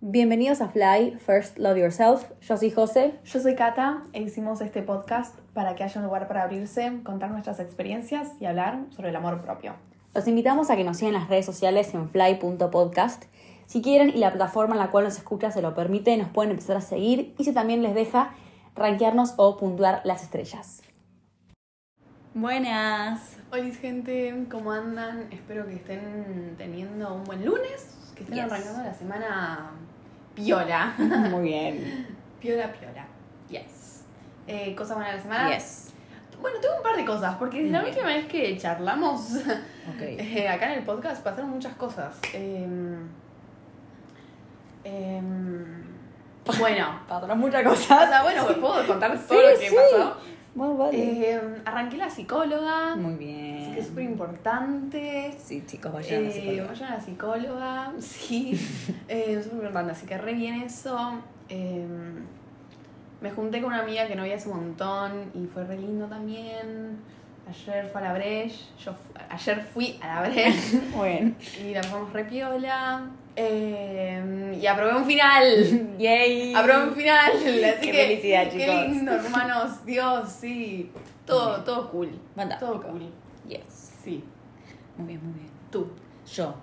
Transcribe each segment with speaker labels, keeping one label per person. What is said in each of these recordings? Speaker 1: Bienvenidos a Fly, First Love Yourself. Yo soy José.
Speaker 2: Yo soy Cata e hicimos este podcast para que haya un lugar para abrirse, contar nuestras experiencias y hablar sobre el amor propio.
Speaker 1: Los invitamos a que nos sigan en las redes sociales en fly.podcast. Si quieren y la plataforma en la cual nos escucha se lo permite, nos pueden empezar a seguir y si también les deja rankearnos o puntuar las estrellas. Buenas.
Speaker 2: Hola gente, ¿cómo andan? Espero que estén teniendo un buen lunes, que estén
Speaker 1: Yes.
Speaker 2: arrancando la semana piola.
Speaker 1: Muy bien.
Speaker 2: piola, piola. Yes. Eh, cosa buena de la semana.
Speaker 1: Yes.
Speaker 2: Bueno, tengo un par de cosas, porque desde la
Speaker 1: Bien.
Speaker 2: última vez que charlamos
Speaker 1: Ok.
Speaker 2: Eh, acá en el podcast pasaron muchas cosas. Eh, eh, bueno,
Speaker 1: Pasaron muchas
Speaker 2: o
Speaker 1: cosas.
Speaker 2: sea, bueno, puedo contar todo
Speaker 1: Ah, Sí,
Speaker 2: lo que
Speaker 1: sí.
Speaker 2: pasó.
Speaker 1: Bueno, vale.
Speaker 2: Eh, arranqué la psicóloga,
Speaker 1: Muy
Speaker 2: así que es súper
Speaker 1: bien.
Speaker 2: importante.
Speaker 1: Sí, chicos, vayan a la
Speaker 2: Eh,
Speaker 1: psicóloga.
Speaker 2: vayan a la psicóloga, sí, eh, es súper importante, así que re bien eso. Eh, me junté con una amiga que no vi hace un montón y fue re lindo también. Ayer fue a la Breche, yo fu- ayer fui a la Breche.
Speaker 1: Muy bien.
Speaker 2: Y la pasamos re piola. Eh, y aprobé un final.
Speaker 1: Yay.
Speaker 2: Aprobé un final. Así
Speaker 1: Qué
Speaker 2: que.
Speaker 1: felicidad,
Speaker 2: qué
Speaker 1: chicos.
Speaker 2: lindo, hermanos. Dios, sí. Todo,
Speaker 1: Bien.
Speaker 2: todo cool.
Speaker 1: Fantástico.
Speaker 2: Todo cool.
Speaker 1: Yes.
Speaker 2: Sí.
Speaker 1: Muy bien, muy bien.
Speaker 2: Tú.
Speaker 1: Yo.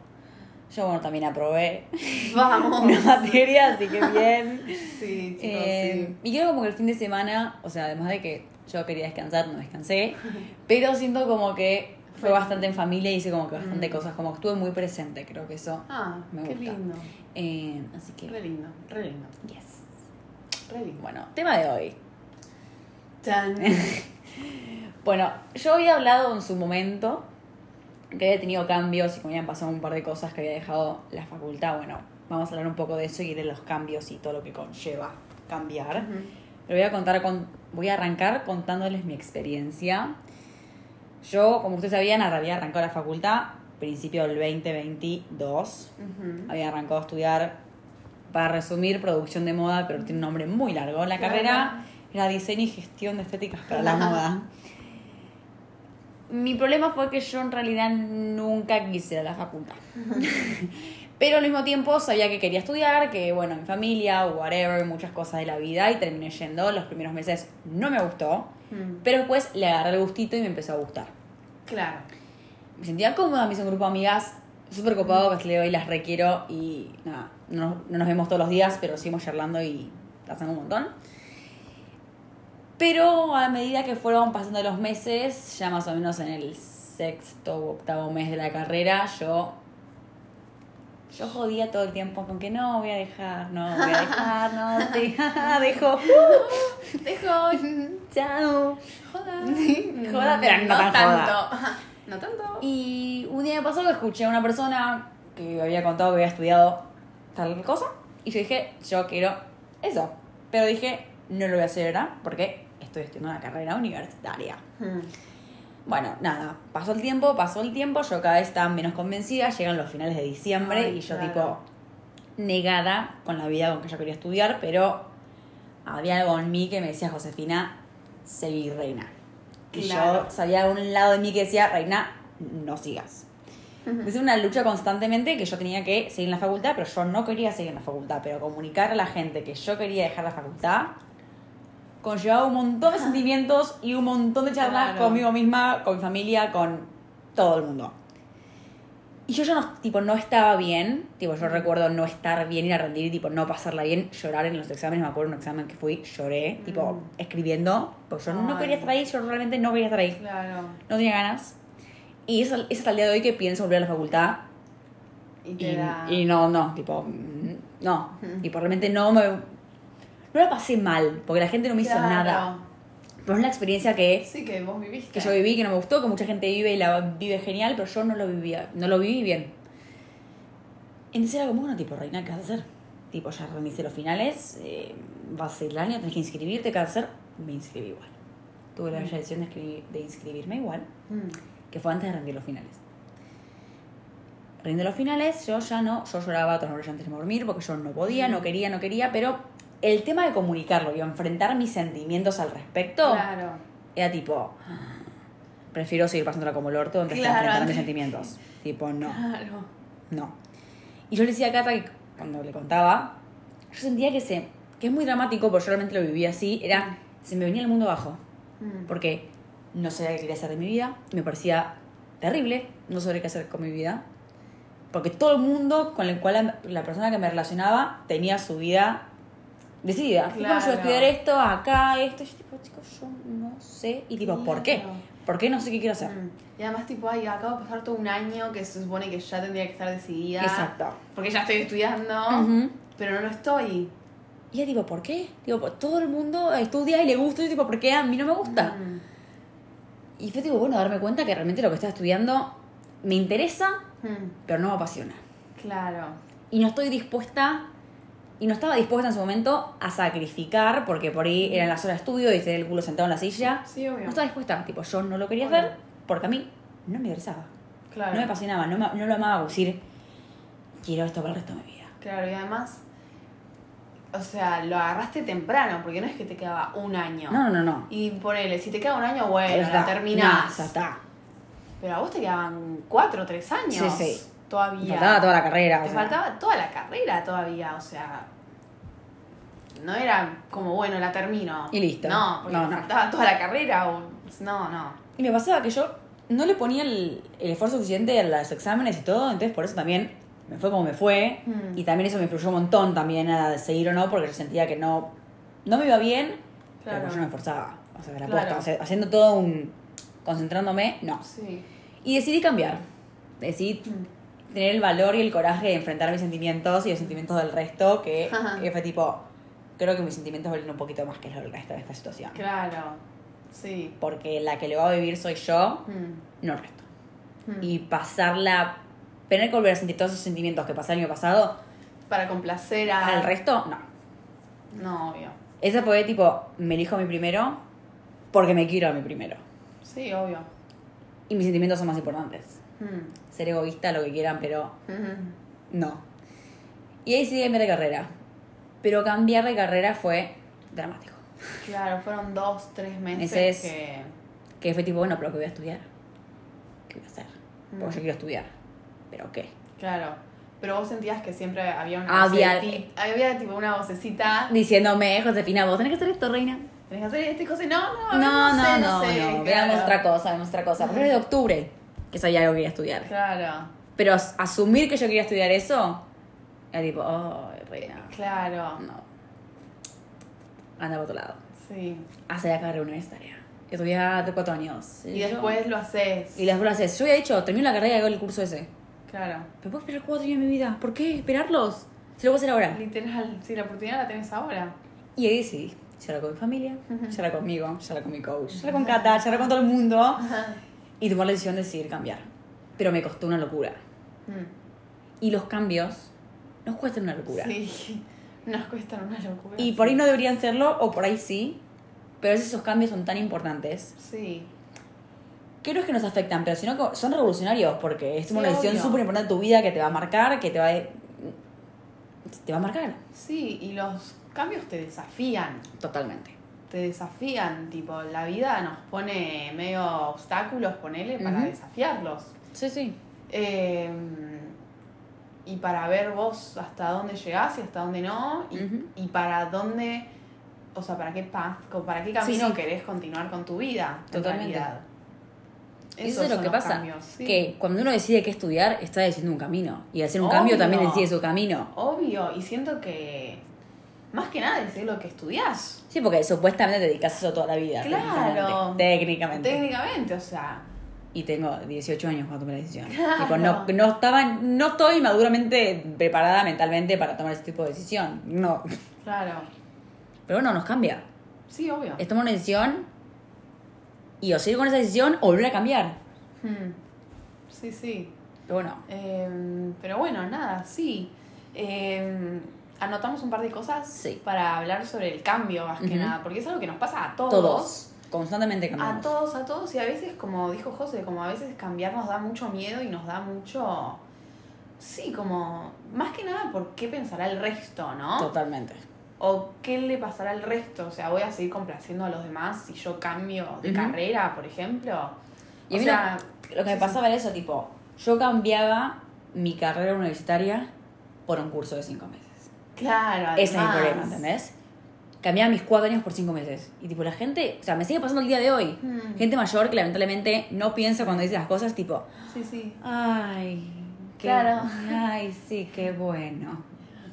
Speaker 1: Yo, bueno, también aprobé
Speaker 2: Vamos.
Speaker 1: una materia, así que bien.
Speaker 2: Sí, chicos,
Speaker 1: Eh, Y creo como que el fin de semana, o sea, además de que yo quería descansar, no descansé, pero siento como que fue bastante en familia y hice como que bastante
Speaker 2: Mm.
Speaker 1: cosas, como que estuve muy presente, creo que eso.
Speaker 2: sí. Ah,
Speaker 1: me
Speaker 2: qué
Speaker 1: gusta.
Speaker 2: lindo.
Speaker 1: Eh, así que,
Speaker 2: Re lindo, re lindo,
Speaker 1: yes.
Speaker 2: re lindo.
Speaker 1: Bueno, tema de hoy.
Speaker 2: Chan.
Speaker 1: Bueno, yo había hablado en su momento que había tenido cambios y que me habían pasado un par de cosas que había dejado la facultad. Bueno, vamos a hablar un poco de eso y de los cambios y todo lo que conlleva cambiar. Lo voy a contar con. Voy a arrancar contándoles mi experiencia. Yo, como ustedes sabían, había arrancado la facultad principio del 2022.
Speaker 2: Ujú.
Speaker 1: Había arrancado a estudiar, para resumir, producción de moda, pero tiene un nombre muy largo. La
Speaker 2: Claro.
Speaker 1: carrera era diseño y gestión de estéticas para la moda. Mi problema fue que yo en realidad nunca quise ir a la facultad. Pero al mismo tiempo sabía que quería estudiar, que bueno, mi familia, whatever, muchas cosas de la vida y terminé yendo. Los primeros meses no me gustó,
Speaker 2: Mm.
Speaker 1: pero después le agarré el gustito y me empezó a gustar.
Speaker 2: Claro.
Speaker 1: Me sentía cómoda, me hice un grupo de amigas súper copado que hasta el día de hoy las requiero y nada, no, nos- no nos vemos todos los días, pero seguimos charlando y pasando un montón. Pero a medida que fueron pasando los meses, ya más o menos en el sexto u octavo mes de la carrera, yo yo jodía todo el tiempo con que no voy a dejar, no voy a dejar, no, sí, dejo,
Speaker 2: Dejo.
Speaker 1: chao.
Speaker 2: Joda. Mm,
Speaker 1: Joda, pero no tan joda.
Speaker 2: tanto. No tanto.
Speaker 1: Y un día me pasó que escuché a una persona que había contado que había estudiado tal cosa. Y yo dije, yo quiero eso. Pero dije, no lo voy a hacer ahora porque estoy estudiando una carrera universitaria.
Speaker 2: Mm.
Speaker 1: Bueno, nada, pasó el tiempo, pasó el tiempo, yo cada vez estaba menos convencida, llegan los finales de diciembre
Speaker 2: Ay,
Speaker 1: y yo
Speaker 2: claro.
Speaker 1: tipo negada con la vida con que yo quería estudiar, pero había algo en mí que me decía Josefina, seguí reina. Y
Speaker 2: Claro.
Speaker 1: yo sabía un lado de mí que decía, reina, no sigas.
Speaker 2: Ujú.
Speaker 1: Es una lucha constantemente que yo tenía que seguir en la facultad, pero yo no quería seguir en la facultad, pero comunicar a la gente que yo quería dejar la facultad conllevaba un montón de sentimientos y un montón de charlas
Speaker 2: Ah. Claro.
Speaker 1: conmigo misma, con mi familia, con todo el mundo. Y yo ya no, tipo, no estaba bien, tipo, yo recuerdo no estar bien, ir a rendir, tipo, no pasarla bien, llorar en los exámenes, me acuerdo un examen que fui, lloré, tipo,
Speaker 2: Mm.
Speaker 1: escribiendo, porque yo no
Speaker 2: Ay.
Speaker 1: quería estar ahí, yo realmente no quería estar ahí
Speaker 2: Claro.
Speaker 1: no tenía ganas. Y es, es hasta el día de hoy que pienso volver a la facultad.
Speaker 2: Y te
Speaker 1: Y,
Speaker 2: da-
Speaker 1: y no, no, tipo, mm, no.
Speaker 2: Ujú.
Speaker 1: Tipo, realmente no me. No la pasé mal, porque la gente no me hizo
Speaker 2: Claro.
Speaker 1: nada. Pero es la experiencia que es.
Speaker 2: Sí, que vos viviste.
Speaker 1: Que yo viví, que no me gustó, que mucha gente vive y la vive genial, pero yo no lo vivía, no lo viví bien. Entonces era como, bueno, tipo, reina, ¿qué vas a hacer? Tipo, ya rendiste los finales, eh, vas a ir al año, tenés que inscribirte, ¿qué vas a hacer? Me inscribí igual. Tuve la
Speaker 2: Mm.
Speaker 1: bella decisión de, escribir- de inscribirme igual
Speaker 2: Mm.
Speaker 1: que fue antes de rendir los finales. Rinde los finales, yo ya no, yo lloraba todas las noches antes de dormir porque yo no podía, no quería, no quería, pero el tema de comunicarlo y enfrentar mis sentimientos al respecto
Speaker 2: Claro.
Speaker 1: era tipo, "Ah, prefiero seguir pasándola como el orto antes que
Speaker 2: Claro,
Speaker 1: enfrentar mis
Speaker 2: antes-
Speaker 1: sentimientos. Tipo, no,
Speaker 2: Claro.
Speaker 1: no. Y yo le decía a Cata que cuando le contaba, yo sentía que se, que es muy dramático, porque yo realmente lo viví así, era, se me venía el mundo abajo,
Speaker 2: Mm.
Speaker 1: porque no sabía qué quería hacer de mi vida, me parecía terrible, no sabía qué hacer con mi vida, porque todo el mundo con el cual la, la persona que me relacionaba tenía su vida decidida. Tipo, yo voy
Speaker 2: Claro.
Speaker 1: a estudiar esto, acá, esto, y yo tipo, chicos, yo no sé, y tipo, ¿por qué?
Speaker 2: Claro.
Speaker 1: ¿Por qué no sé qué quiero hacer?
Speaker 2: Mm. Y además, tipo, ay, acabo de pasar todo un año que se supone que ya tendría que estar decidida.
Speaker 1: Exacto.
Speaker 2: Porque ya estoy estudiando,
Speaker 1: Ujú.
Speaker 2: pero no lo estoy.
Speaker 1: Y ella tipo, ¿por qué? Digo, "Pues todo el mundo estudia y le gusta, y yo tipo, ¿por qué a mí no me gusta?
Speaker 2: Mm.
Speaker 1: Y fue tipo, bueno, darme cuenta que realmente lo que estaba estudiando me interesa,
Speaker 2: Mm.
Speaker 1: pero no me apasiona.
Speaker 2: Claro.
Speaker 1: Y no estoy dispuesta, y no estaba dispuesta en su momento a sacrificar, porque por ahí eran las horas de estudio y tenía el culo sentado en la silla.
Speaker 2: Sí, obvio.
Speaker 1: No estaba dispuesta, tipo, yo no lo quería
Speaker 2: Obvio.
Speaker 1: hacer porque a mí no me interesaba.
Speaker 2: Claro.
Speaker 1: No me apasionaba, no, me- no lo amaba decir, quiero esto para el resto de mi vida.
Speaker 2: Claro, y además, o sea, lo agarraste temprano, porque no es que te quedaba un año.
Speaker 1: No, no, no, no.
Speaker 2: Y ponele, si te queda un año, bueno,
Speaker 1: Ya está.
Speaker 2: la terminás.
Speaker 1: No, ya está.
Speaker 2: Pero a vos te quedaban cuatro o tres años.
Speaker 1: Sí, sí. Me
Speaker 2: Todavía.
Speaker 1: faltaba toda la carrera.
Speaker 2: Te
Speaker 1: o sea.
Speaker 2: faltaba toda la carrera todavía, o sea. No era como, bueno, la termino.
Speaker 1: Y listo.
Speaker 2: No, porque
Speaker 1: No,
Speaker 2: me
Speaker 1: no.
Speaker 2: faltaba toda la carrera. O... No, no.
Speaker 1: Y me pasaba que yo no le ponía el, el esfuerzo suficiente a los exámenes y todo, entonces por eso también me fue como me fue.
Speaker 2: Mm.
Speaker 1: Y también eso me influyó un montón también a decidir o no, porque yo sentía que no, no me iba bien,
Speaker 2: Claro.
Speaker 1: pero yo no me esforzaba. O sea, era
Speaker 2: Claro.
Speaker 1: posta, o sea, haciendo todo un. concentrándome, no.
Speaker 2: Sí.
Speaker 1: Y decidí cambiar. Decidí
Speaker 2: Mm.
Speaker 1: tener el valor y el coraje de enfrentar mis sentimientos y los sentimientos del resto, que
Speaker 2: Ajá.
Speaker 1: que fue tipo. Creo que mis sentimientos valen un poquito más que los del resto de esta situación.
Speaker 2: Claro. Sí.
Speaker 1: Porque la que lo va a vivir soy yo,
Speaker 2: Mm.
Speaker 1: no el resto
Speaker 2: Mm.
Speaker 1: y pasarla, tener que volver a sentir todos esos sentimientos que pasé el año pasado,
Speaker 2: Para complacer a-
Speaker 1: al resto, no.
Speaker 2: No, obvio.
Speaker 1: Esa fue tipo, me elijo a mi primero porque me quiero a mi primero.
Speaker 2: Sí, obvio.
Speaker 1: Y mis sentimientos son más importantes.
Speaker 2: Mm.
Speaker 1: Ser egoísta, lo que quieran, pero
Speaker 2: Mm.
Speaker 1: no. Y ahí sí cambiar de carrera. Pero cambiar de carrera fue dramático.
Speaker 2: Claro, fueron dos, tres meses
Speaker 1: Ese es-
Speaker 2: que...
Speaker 1: Que fue tipo, bueno, pero ¿qué voy a estudiar? ¿Qué voy a hacer? Porque
Speaker 2: Mm.
Speaker 1: yo quiero estudiar. ¿Pero qué?
Speaker 2: Claro. Pero vos sentías que siempre había una
Speaker 1: Ah, Había-
Speaker 2: voceti- había tipo una vocecita.
Speaker 1: Diciéndome, Josefina, vos tenés que hacer esto, reina.
Speaker 2: Tenés que hacer este y cosas. No, no,
Speaker 1: No, no, no,
Speaker 2: sé,
Speaker 1: no,
Speaker 2: sé, claro.
Speaker 1: veamos otra cosa, veamos otra cosa. Porque era de octubre que sabía algo que quería estudiar.
Speaker 2: Claro,
Speaker 1: Pero as- asumir que yo quería estudiar eso, era tipo, oh, reina,
Speaker 2: claro.
Speaker 1: no. Anda por otro lado.
Speaker 2: Sí.
Speaker 1: Hace la carrera universitaria. Estudiar cuatro años.
Speaker 2: Y después lo haces.
Speaker 1: Y las frases, yo había dicho, termino la carrera y hago el curso ese.
Speaker 2: Claro.
Speaker 1: Pero puedo esperar cuatro años de mi vida. ¿Por qué? ¿Esperarlos? Se lo voy a hacer ahora.
Speaker 2: Literal, sí, la oportunidad la tenés ahora.
Speaker 1: Y ahí decidí. Ya era con mi familia,
Speaker 2: Ujú.
Speaker 1: ya era conmigo, ya era con mi coach, ya era con Cata, ya era con todo el mundo.
Speaker 2: Ajá.
Speaker 1: y tomar la decisión de decidir cambiar. Pero me costó una locura.
Speaker 2: Mm.
Speaker 1: Y los cambios nos cuestan una locura.
Speaker 2: Sí. Nos cuestan una locura.
Speaker 1: Y por ahí no deberían serlo, o por ahí sí. Pero a veces esos cambios son tan importantes
Speaker 2: Sí.
Speaker 1: que no es que nos afectan, pero sino que son revolucionarios porque es
Speaker 2: Sí,
Speaker 1: una decisión
Speaker 2: obvio.
Speaker 1: súper importante de tu vida que te va a marcar, que te va a... Te va a marcar.
Speaker 2: Sí, y los cambios te desafían.
Speaker 1: Totalmente.
Speaker 2: te desafían, tipo, la vida nos pone medio obstáculos, ponele, para
Speaker 1: Ujú.
Speaker 2: desafiarlos.
Speaker 1: Sí, sí.
Speaker 2: Eh, y para ver vos hasta dónde llegás y hasta dónde no, y,
Speaker 1: Ujú.
Speaker 2: y para dónde, o sea, para qué path, co- para qué camino
Speaker 1: sí.
Speaker 2: querés continuar con tu vida. en
Speaker 1: Totalmente.
Speaker 2: realidad.
Speaker 1: Eso,
Speaker 2: Esos
Speaker 1: es lo
Speaker 2: son
Speaker 1: que
Speaker 2: los
Speaker 1: pasa.
Speaker 2: cambios, sí.
Speaker 1: Que cuando uno decide qué estudiar, está decidiendo un camino. Y al hacer un
Speaker 2: Obvio.
Speaker 1: cambio también decide su camino.
Speaker 2: Obvio, y siento que más que nada decir lo que estudiás.
Speaker 1: Sí, porque supuestamente te dedicas a eso toda la vida.
Speaker 2: Claro.
Speaker 1: técnicamente. Técnicamente.
Speaker 2: Técnicamente, o sea,
Speaker 1: y tengo 18 años cuando tomé la decisión.
Speaker 2: Claro.
Speaker 1: Tipo, no, no estaba, no estoy maduramente preparada mentalmente para tomar ese tipo de decisión. No.
Speaker 2: claro.
Speaker 1: Pero bueno, nos cambia.
Speaker 2: Sí, obvio.
Speaker 1: Es tomar una decisión y o seguir con esa decisión o volver a cambiar.
Speaker 2: Hmm. Sí, sí.
Speaker 1: Pero bueno,
Speaker 2: Eh, pero bueno, nada, sí. Eh, anotamos un par de cosas
Speaker 1: Sí.
Speaker 2: para hablar sobre el cambio, más que
Speaker 1: Ujú.
Speaker 2: nada, porque es algo que nos pasa a todos.
Speaker 1: todos constantemente cambiamos.
Speaker 2: A todos, a todos, y a veces, como dijo José, como a veces cambiar nos da mucho miedo y nos da mucho. Sí, como. Más que nada, ¿por qué pensará el resto, no?
Speaker 1: Totalmente.
Speaker 2: O qué le pasará al resto. O sea, voy a seguir complaciendo a los demás si yo cambio de
Speaker 1: Ujú.
Speaker 2: carrera, por ejemplo.
Speaker 1: Y
Speaker 2: o
Speaker 1: a mí
Speaker 2: sea,
Speaker 1: Lo que me
Speaker 2: sí,
Speaker 1: pasaba era eso, tipo, yo cambiaba mi carrera universitaria por un curso de 5 meses.
Speaker 2: sí. Claro, además.
Speaker 1: Ese es el problema, ¿entendés? Cambiaba mis cuatro años por cinco meses. Y tipo, la gente, o sea, me sigue pasando el día de hoy.
Speaker 2: Mm.
Speaker 1: Gente mayor que lamentablemente no piensa cuando dice las cosas, tipo,
Speaker 2: Sí, sí.
Speaker 1: ay, qué,
Speaker 2: Claro.
Speaker 1: ay, sí, qué bueno.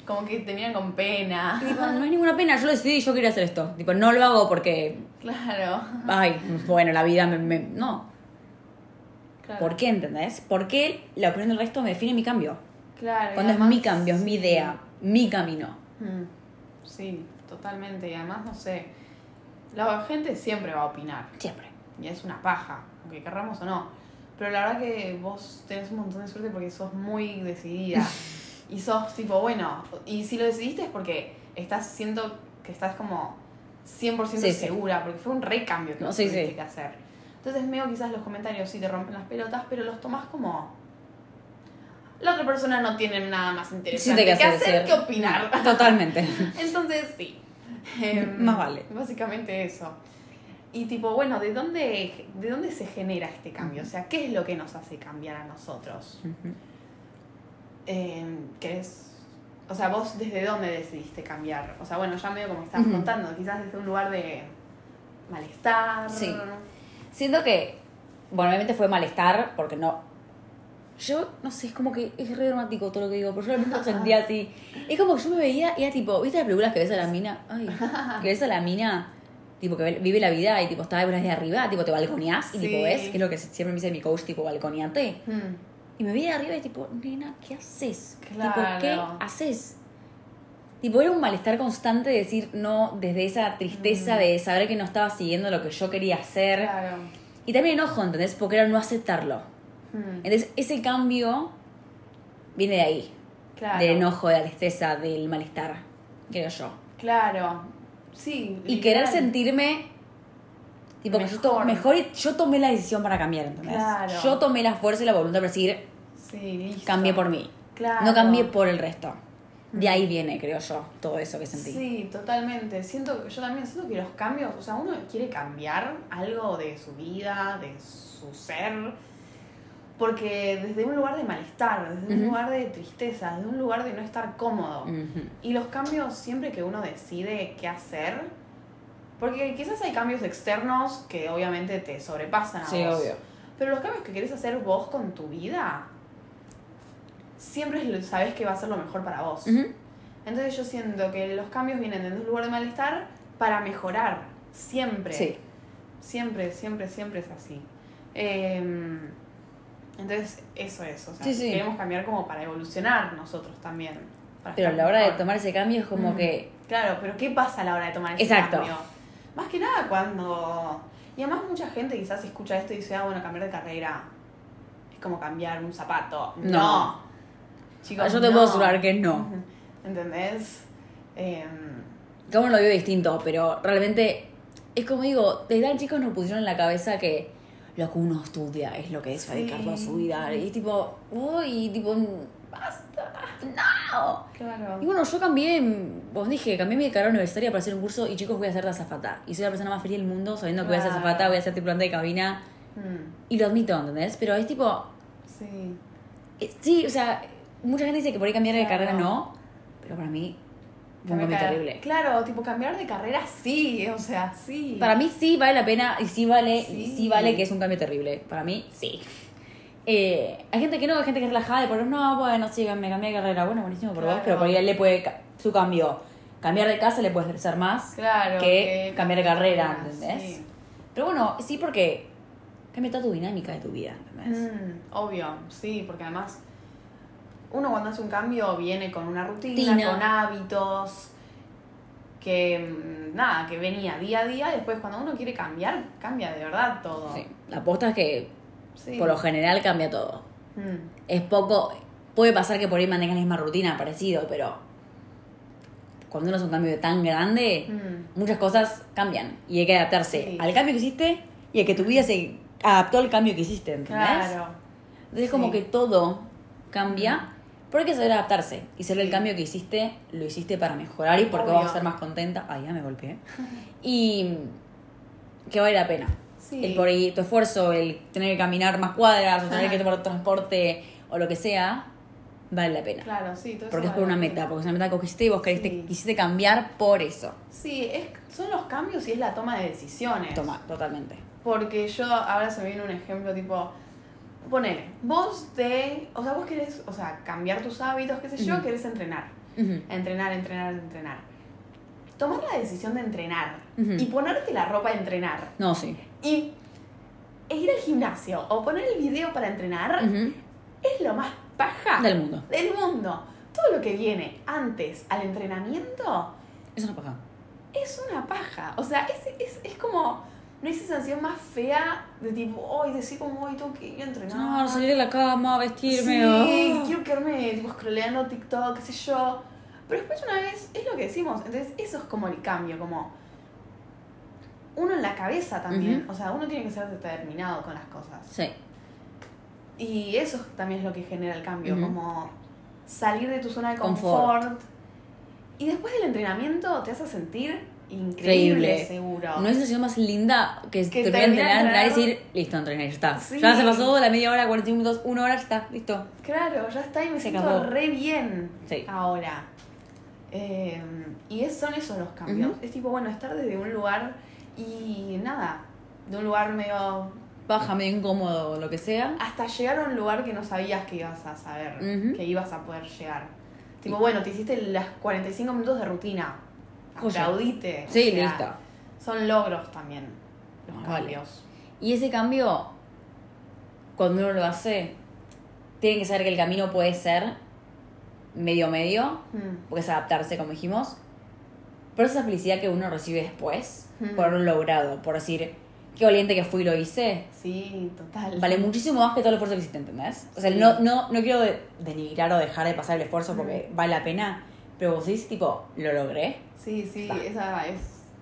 Speaker 2: Como que te miran con pena.
Speaker 1: Y tipo, no es ninguna pena, yo lo decidí, yo quería hacer esto. Tipo, no lo hago porque,
Speaker 2: Claro.
Speaker 1: ay, bueno, la vida me... me- no,
Speaker 2: claro.
Speaker 1: ¿por qué, entendés? ¿Por qué la opinión del resto me define mi cambio?
Speaker 2: Claro. y
Speaker 1: Cuando es
Speaker 2: además-
Speaker 1: mi cambio, es mi idea, mi camino.
Speaker 2: Mm, Sí, totalmente. Y además, no sé, la gente siempre va a opinar.
Speaker 1: Siempre.
Speaker 2: Y es una paja, aunque querramos o no. Pero la verdad que vos tenés un montón de suerte porque sos muy decidida. y sos tipo, bueno, y si lo decidiste es porque estás, siento que estás como 100%
Speaker 1: Sí, sí.
Speaker 2: segura, porque fue un recambio que
Speaker 1: No,
Speaker 2: vos
Speaker 1: sí,
Speaker 2: tuviste
Speaker 1: sí.
Speaker 2: que hacer. Entonces veo quizás los comentarios sí te rompen las pelotas, pero los tomás como... La otra persona no tiene nada más interesante
Speaker 1: qué
Speaker 2: que
Speaker 1: hacer,
Speaker 2: Eh,
Speaker 1: sí.
Speaker 2: hacer, que opinar.
Speaker 1: Totalmente.
Speaker 2: Entonces, sí. Em,
Speaker 1: Más vale.
Speaker 2: Básicamente eso. Y tipo, bueno, ¿de dónde, ¿de dónde se genera este cambio? O sea, ¿qué es lo que nos hace cambiar a nosotros?
Speaker 1: Ujú.
Speaker 2: Em, ¿Qué es...? O sea, vos desde dónde decidiste cambiar? O sea, bueno, ya medio como estabas
Speaker 1: Ujú.
Speaker 2: contando, quizás desde un lugar de malestar.
Speaker 1: Sí. Siento que, bueno, obviamente fue malestar, porque no. Yo, no sé, es como que es re dramático todo lo que digo, pero yo realmente lo sentía así. Es como que yo me veía y era tipo, ¿viste las películas que ves a la mina? Ay, que ves a la mina, tipo, que ve- vive la vida y tipo, está de de arriba, tipo, te balconeás y
Speaker 2: Sí.
Speaker 1: tipo, ves, que es lo que siempre me dice mi coach, tipo, balconeate.
Speaker 2: Mm,
Speaker 1: Y me vi de arriba y tipo, nena, ¿qué haces? Tipo,
Speaker 2: Claro.
Speaker 1: ¿qué haces? Tipo, era un malestar constante de decir no desde esa tristeza
Speaker 2: Mm.
Speaker 1: de saber que no estaba siguiendo lo que yo quería hacer.
Speaker 2: Claro.
Speaker 1: Y también enojo, ¿entendés? Porque era no aceptarlo.
Speaker 2: Mm,
Speaker 1: Entonces, ese cambio viene de ahí.
Speaker 2: Claro.
Speaker 1: Del enojo, de la tristeza, del malestar, creo yo.
Speaker 2: Claro. Sí.
Speaker 1: Y querer
Speaker 2: literal.
Speaker 1: sentirme tipo, que yo to-
Speaker 2: Mejor.
Speaker 1: mejor y yo tomé la decisión para cambiar, ¿entendés?
Speaker 2: Claro.
Speaker 1: Yo tomé la fuerza y la voluntad para decir,
Speaker 2: Sí, listo.
Speaker 1: cambié por mí.
Speaker 2: Claro.
Speaker 1: No cambié por el resto. De ahí viene, creo yo, todo eso que sentí.
Speaker 2: Sí, totalmente. Siento, yo también siento que los cambios, o sea, uno quiere cambiar algo de su vida, de su ser, porque desde un lugar de malestar, desde un
Speaker 1: Ujú. Mm.
Speaker 2: lugar de tristeza, desde un lugar de no estar cómodo.
Speaker 1: Ujú.
Speaker 2: Y los cambios, siempre que uno decide qué hacer, porque quizás hay cambios externos que obviamente te sobrepasan a
Speaker 1: Sí,
Speaker 2: vos.
Speaker 1: obvio.
Speaker 2: Pero los cambios que querés hacer vos con tu vida, siempre sabes que va a ser lo mejor para vos.
Speaker 1: Ujú.
Speaker 2: Entonces yo siento que los cambios vienen desde un lugar de malestar para mejorar. Siempre.
Speaker 1: Sí.
Speaker 2: Siempre, siempre, siempre es así. Em, entonces eso es. O sea,
Speaker 1: Sí, sí.
Speaker 2: queremos cambiar como para evolucionar nosotros también. para
Speaker 1: Pero a
Speaker 2: estar
Speaker 1: la hora de
Speaker 2: mejor.
Speaker 1: tomar ese cambio es como
Speaker 2: Mm.
Speaker 1: que...
Speaker 2: Claro, pero ¿qué pasa a la hora de tomar ese
Speaker 1: Exacto.
Speaker 2: cambio? Más que nada cuando... Y además mucha gente quizás escucha esto y dice, ah, bueno, cambiar de carrera es como cambiar un zapato.
Speaker 1: No. Ah,
Speaker 2: No. Chicos,
Speaker 1: yo te
Speaker 2: no.
Speaker 1: puedo asegurar que no.
Speaker 2: ¿Entendés? Em,
Speaker 1: Cada uno lo vive distinto, pero realmente es como digo, desde tan chicos nos pusieron en la cabeza que lo que uno estudia es lo que es dedicar toda su vida. Y es tipo, uy, tipo, basta, no.
Speaker 2: Claro.
Speaker 1: Y bueno, yo cambié, vos dije, cambié mi carrera universitaria para hacer un curso y chicos voy a hacer de azafata. Y soy la persona más feliz del mundo sabiendo que voy a hacer
Speaker 2: Claro.
Speaker 1: azafata, voy a ser tripulante de cabina.
Speaker 2: Mm,
Speaker 1: Y lo admito, ¿entendés? Pero es tipo,
Speaker 2: sí.
Speaker 1: eh, sí, o sea, mucha gente dice que por ahí cambiar de
Speaker 2: Claro.
Speaker 1: carrera no, pero para mí fue un
Speaker 2: Cambiar
Speaker 1: cambio
Speaker 2: de-
Speaker 1: terrible.
Speaker 2: Claro, tipo cambiar de carrera sí, o sea, sí.
Speaker 1: Para mí sí vale la pena y sí vale, y
Speaker 2: Sí.
Speaker 1: sí vale que es un cambio terrible. Para mí sí. Eh, hay gente que no, hay gente que es relajada y por eso no, bueno, sí, me cambié de carrera. Bueno, buenísimo por vos,
Speaker 2: Claro.
Speaker 1: pero por ahí él le puede ca- su cambio. Cambiar de casa le puede estresar más
Speaker 2: Claro.
Speaker 1: que cambiar de carrera, ¿entendés?
Speaker 2: sí.
Speaker 1: Pero bueno, sí porque cambia toda tu dinámica de tu vida, ¿entendés?
Speaker 2: Mm, obvio, sí, porque además uno cuando hace un cambio viene con una rutina,
Speaker 1: Rutina.
Speaker 2: con hábitos, que mm, nada, que venía día a día, después cuando uno quiere cambiar, cambia de verdad todo.
Speaker 1: Sí. La aposta es que
Speaker 2: Sí.
Speaker 1: por lo general cambia todo.
Speaker 2: Mm,
Speaker 1: es poco. Puede pasar que por ahí mantengas la misma rutina, parecido, pero cuando uno hace un cambio tan grande,
Speaker 2: mm.
Speaker 1: muchas cosas cambian y hay que adaptarse
Speaker 2: Sí.
Speaker 1: al cambio que hiciste y a que tu vida se adaptó al cambio que hiciste, ¿entendés?
Speaker 2: Claro.
Speaker 1: Entonces, es como
Speaker 2: Sí.
Speaker 1: que todo cambia, pero hay que saber adaptarse y saber el
Speaker 2: Sí.
Speaker 1: cambio que hiciste, lo hiciste para mejorar y porque
Speaker 2: Obvio.
Speaker 1: vas a ser más contenta. Ay, ya me golpeé. Y que vale la pena.
Speaker 2: Sí.
Speaker 1: El por ahí, tu esfuerzo, el tener que caminar más cuadras, o tener
Speaker 2: Ajá.
Speaker 1: que tomar transporte o lo que sea, vale la pena.
Speaker 2: Claro, sí, todo eso
Speaker 1: Porque es
Speaker 2: vale
Speaker 1: por una
Speaker 2: la
Speaker 1: meta,
Speaker 2: pena.
Speaker 1: porque es una meta que cogiste y vos queriste,
Speaker 2: Sí.
Speaker 1: quisiste cambiar por eso.
Speaker 2: Sí, es, son los cambios y es la toma de decisiones.
Speaker 1: Toma, totalmente.
Speaker 2: Porque yo, ahora se me viene un ejemplo tipo, ponele, vos te, o sea, vos querés, o sea, cambiar tus hábitos, qué sé yo,
Speaker 1: Ujú.
Speaker 2: querés entrenar,
Speaker 1: Ujú,
Speaker 2: entrenar, entrenar, entrenar. Tomar la decisión de entrenar
Speaker 1: ujú.
Speaker 2: y ponerte la ropa de entrenar
Speaker 1: No, sí.
Speaker 2: y e ir al gimnasio o poner el video para entrenar
Speaker 1: Ujú.
Speaker 2: es lo más paja
Speaker 1: Del mundo.
Speaker 2: del mundo. Todo lo que viene antes al entrenamiento
Speaker 1: Es una paja.
Speaker 2: es una paja. O sea, es, es, es como. No hay sensación más fea de tipo, hoy decir como hoy tengo que ir a entrenar.
Speaker 1: No, salir de la cama, vestirme.
Speaker 2: Sí,
Speaker 1: ah.
Speaker 2: quiero quedarme tipo scrolleando TikTok, qué sé yo. Pero después una vez, es lo que decimos. Entonces, eso es como el cambio, como. Uno en la cabeza también.
Speaker 1: Ujú.
Speaker 2: O sea, uno tiene que ser determinado con las cosas.
Speaker 1: Sí.
Speaker 2: Y eso es- también es lo que genera el cambio,
Speaker 1: Ujú.
Speaker 2: como salir de tu zona de
Speaker 1: Confort.
Speaker 2: confort. Y después del entrenamiento te vas a sentir increíble,
Speaker 1: Increíble.
Speaker 2: seguro.
Speaker 1: No es la sensación más linda que, es
Speaker 2: Que
Speaker 1: terminar de entrenar,
Speaker 2: terminar
Speaker 1: entrenar
Speaker 2: de
Speaker 1: y decir, listo, entrené, ya está.
Speaker 2: Sí.
Speaker 1: Ya se pasó la media hora, 45 minutos, una hora, ya está, listo.
Speaker 2: Claro, ya está y me
Speaker 1: Se
Speaker 2: siento
Speaker 1: acabó.
Speaker 2: re bien
Speaker 1: Sí.
Speaker 2: ahora. Eh, y es, son esos los cambios.
Speaker 1: Ujú.
Speaker 2: Es tipo, bueno, estar desde un lugar y nada, de un lugar medio...
Speaker 1: Baja, medio incómodo o lo que sea.
Speaker 2: Hasta llegar a un lugar que no sabías que ibas a saber,
Speaker 1: Ujú.
Speaker 2: que ibas a poder llegar. Tipo, bueno, te hiciste las 45 minutos de rutina.
Speaker 1: Joya.
Speaker 2: Aplaudite. o
Speaker 1: Sí,
Speaker 2: sea,
Speaker 1: listo.
Speaker 2: Son logros también, los
Speaker 1: Más vale.
Speaker 2: cambios.
Speaker 1: Y ese cambio, cuando uno lo hace, tiene que saber que el camino puede ser medio medio,
Speaker 2: Mm.
Speaker 1: porque es adaptarse, como dijimos. Pero esa felicidad que uno recibe después,
Speaker 2: Mm.
Speaker 1: por haberlo logrado, por decir, qué valiente que fui y lo hice,
Speaker 2: Sí, total.
Speaker 1: vale muchísimo más que todo el esfuerzo que hiciste, ¿entendés? O sea,
Speaker 2: Sí.
Speaker 1: no, no, no quiero de- denigrar o dejar de pasar el esfuerzo porque vale la pena, pero vos decís, tipo, lo logré.
Speaker 2: Sí, sí,
Speaker 1: Está.
Speaker 2: esa es...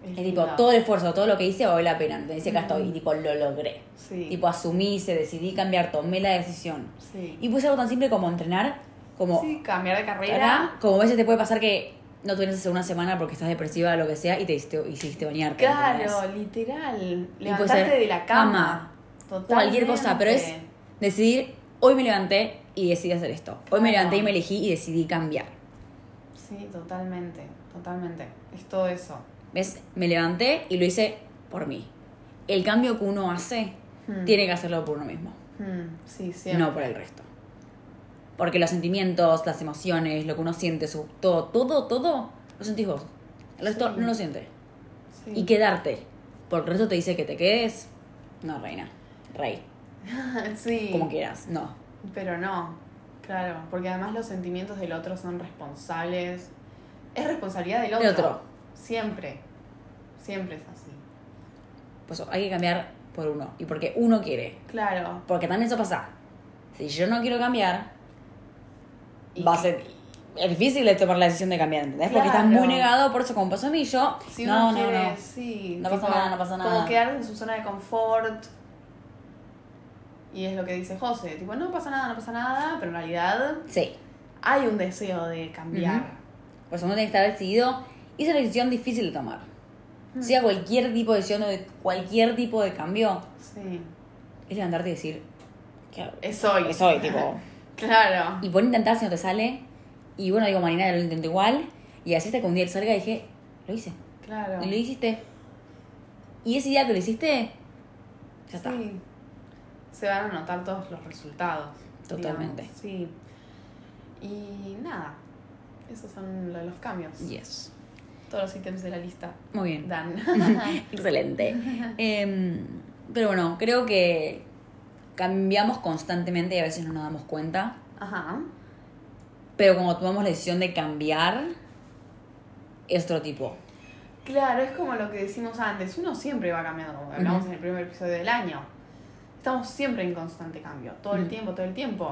Speaker 1: Es tipo,
Speaker 2: linda.
Speaker 1: todo el esfuerzo, todo lo que hice vale la pena. Entonces, acá estoy, y
Speaker 2: Ujú.
Speaker 1: tipo, lo logré.
Speaker 2: Sí.
Speaker 1: Tipo, asumí, se decidí cambiar, tomé la decisión.
Speaker 2: Sí.
Speaker 1: Y puede ser algo tan simple como entrenar, como
Speaker 2: Sí, cambiar de carrera.
Speaker 1: cara, como a veces te puede pasar que no tuvieras hace una semana porque estás depresiva o lo que sea y te hiciste, hiciste bañarte. ¿entendés?
Speaker 2: Claro, literal.
Speaker 1: puede
Speaker 2: Levantarte
Speaker 1: ser
Speaker 2: de la cama. Totalmente.
Speaker 1: Cualquier cosa, pero es decidir, hoy me levanté y decidí hacer esto. Hoy me
Speaker 2: Claro.
Speaker 1: levanté y me elegí y decidí cambiar.
Speaker 2: Sí, totalmente. Totalmente. Es todo eso.
Speaker 1: ¿Ves? Me levanté y lo hice por mí. El cambio que uno hace
Speaker 2: Hmm.
Speaker 1: tiene que hacerlo por uno mismo,
Speaker 2: Hmm, Sí, siempre.
Speaker 1: no por el resto. Porque los sentimientos, las emociones, lo que uno siente, su, todo, todo, todo, lo sentís vos. El resto
Speaker 2: Sí.
Speaker 1: no lo siente.
Speaker 2: Sí.
Speaker 1: Y quedarte. Porque el resto te dice que te quedes. No, reina. Rey.
Speaker 2: sí.
Speaker 1: Como quieras. No.
Speaker 2: Pero no. Claro, porque además los sentimientos del otro son responsables. Es responsabilidad del otro.
Speaker 1: Del otro.
Speaker 2: Siempre. Siempre es así.
Speaker 1: Pues hay que cambiar por uno. Y porque uno quiere.
Speaker 2: Claro.
Speaker 1: Porque también eso pasa. Si yo no quiero cambiar,
Speaker 2: Y-
Speaker 1: va a ser es difícil de tomar la decisión de cambiar, ¿entendés? Porque estás
Speaker 2: Claro.
Speaker 1: muy negado, por eso como pasó a mí, yo,
Speaker 2: Si
Speaker 1: no,
Speaker 2: uno
Speaker 1: no,
Speaker 2: quiere,
Speaker 1: no.
Speaker 2: sí.
Speaker 1: No pasa nada, no pasa nada.
Speaker 2: Como quedarse en su zona de confort. Y es lo que dice José, tipo, no pasa nada, no pasa nada, pero en realidad
Speaker 1: Sí.
Speaker 2: hay un deseo de cambiar.
Speaker 1: Por eso uno tiene que estar decidido. Y es una decisión difícil de tomar.
Speaker 2: Hmm.
Speaker 1: Sea cualquier tipo de decisión o de cualquier tipo de cambio,
Speaker 2: Sí.
Speaker 1: es levantarte y decir, ¿qué hago?
Speaker 2: Es hoy.
Speaker 1: Es hoy, tipo.
Speaker 2: Claro.
Speaker 1: Y por intentar si no te sale. Y bueno, digo, mañana lo intento igual. Y así hasta que un día te salga y dije, lo hice.
Speaker 2: Claro.
Speaker 1: Y lo hiciste. Y ese día que lo hiciste, ya está.
Speaker 2: Sí. Se van a notar todos los resultados.
Speaker 1: Totalmente.
Speaker 2: digamos. Sí. Y nada. Esos son lo- los cambios.
Speaker 1: Yes.
Speaker 2: Todos los ítems de la lista
Speaker 1: Muy bien.
Speaker 2: dan.
Speaker 1: Excelente. Em, pero bueno, creo que cambiamos constantemente y a veces no nos damos cuenta.
Speaker 2: Ajá.
Speaker 1: Pero cuando tomamos la decisión de cambiar, es otro tipo.
Speaker 2: Claro, es como lo que decimos antes, uno siempre va cambiando, como hablamos
Speaker 1: Ujú.
Speaker 2: en el primer episodio del año. Estamos siempre en constante cambio, todo el
Speaker 1: Ujú.
Speaker 2: tiempo, todo el tiempo.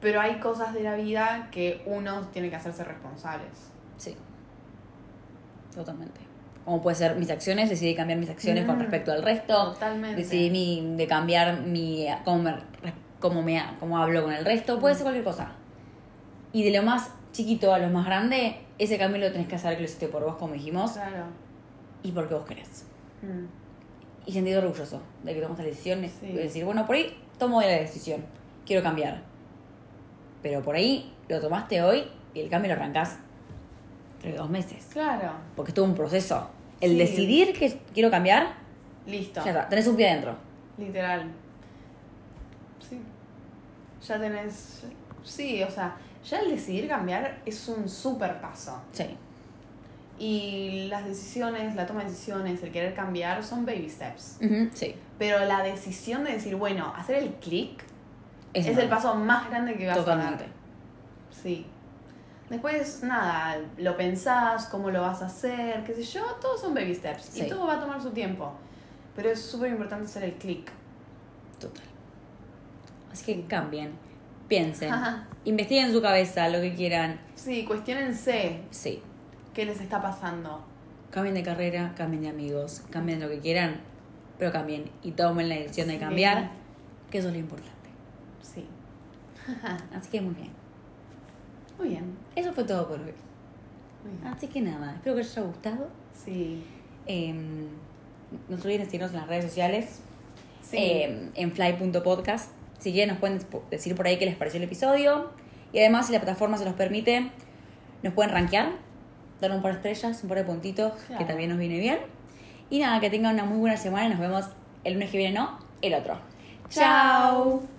Speaker 2: Pero hay cosas de la vida que uno tiene que hacerse responsables.
Speaker 1: Sí. Totalmente. Como puede ser mis acciones, decidí cambiar mis acciones con
Speaker 2: Mm.
Speaker 1: respecto al resto.
Speaker 2: Totalmente.
Speaker 1: Decidí mi- de cambiar mi cómo me, cómo me cómo hablo con el resto. Puede ser cualquier cosa. Y de lo más chiquito a lo más grande, ese cambio lo tenés que hacer que lo hiciste por vos, como dijimos,
Speaker 2: Claro.
Speaker 1: y porque vos querés.
Speaker 2: Mm.
Speaker 1: Y sentirte orgulloso de que tomaste la decisión.
Speaker 2: Sí.
Speaker 1: Y decir, bueno, por ahí tomo la decisión. Quiero cambiar. Pero por ahí lo tomaste hoy y el cambio lo arrancás entre dos meses.
Speaker 2: Claro.
Speaker 1: Porque es todo un proceso. El
Speaker 2: Sí.
Speaker 1: decidir que quiero cambiar,
Speaker 2: Listo.
Speaker 1: ya está, tenés un pie adentro.
Speaker 2: Literal. Sí. Ya tenés. Sí, o sea, ya el decidir cambiar es un super paso.
Speaker 1: Sí.
Speaker 2: Y las decisiones, la toma de decisiones, el querer cambiar son baby steps.
Speaker 1: Ujú, Sí.
Speaker 2: Pero la decisión de decir, bueno, hacer el clic es,
Speaker 1: enorme.
Speaker 2: el paso más grande que vas a
Speaker 1: Totalmente.
Speaker 2: dar. Sí. Después, nada, lo pensás, cómo lo vas a hacer, qué sé yo, todos son baby steps.
Speaker 1: Sí.
Speaker 2: Y todo va a tomar su tiempo. Pero es súper importante hacer el clic.
Speaker 1: Total. Así que cambien, piensen,
Speaker 2: Ajá.
Speaker 1: investiguen en su cabeza lo que quieran.
Speaker 2: Sí, cuestionense
Speaker 1: Sí.
Speaker 2: qué les está pasando.
Speaker 1: Cambien de carrera, cambien de amigos, cambien lo que quieran, pero cambien y tomen la decisión de
Speaker 2: Sí.
Speaker 1: cambiar, que eso es lo importante.
Speaker 2: Sí.
Speaker 1: Así que muy bien.
Speaker 2: Muy bien.
Speaker 1: Eso fue todo por hoy.
Speaker 2: Muy bien.
Speaker 1: Así que nada, espero que les haya gustado.
Speaker 2: Sí.
Speaker 1: Eh, no se olviden de seguirnos en las redes sociales,
Speaker 2: Sí.
Speaker 1: eh, en fly.podcast. Si quieren, nos pueden desp- decir por ahí qué les pareció el episodio. Y además, si la plataforma se los permite, nos pueden rankear, dar un par de estrellas, un par de puntitos, que
Speaker 2: Claro.
Speaker 1: también nos viene bien. Y nada, que tengan una muy buena semana y nos vemos el lunes que viene, no, el otro.
Speaker 2: Chao.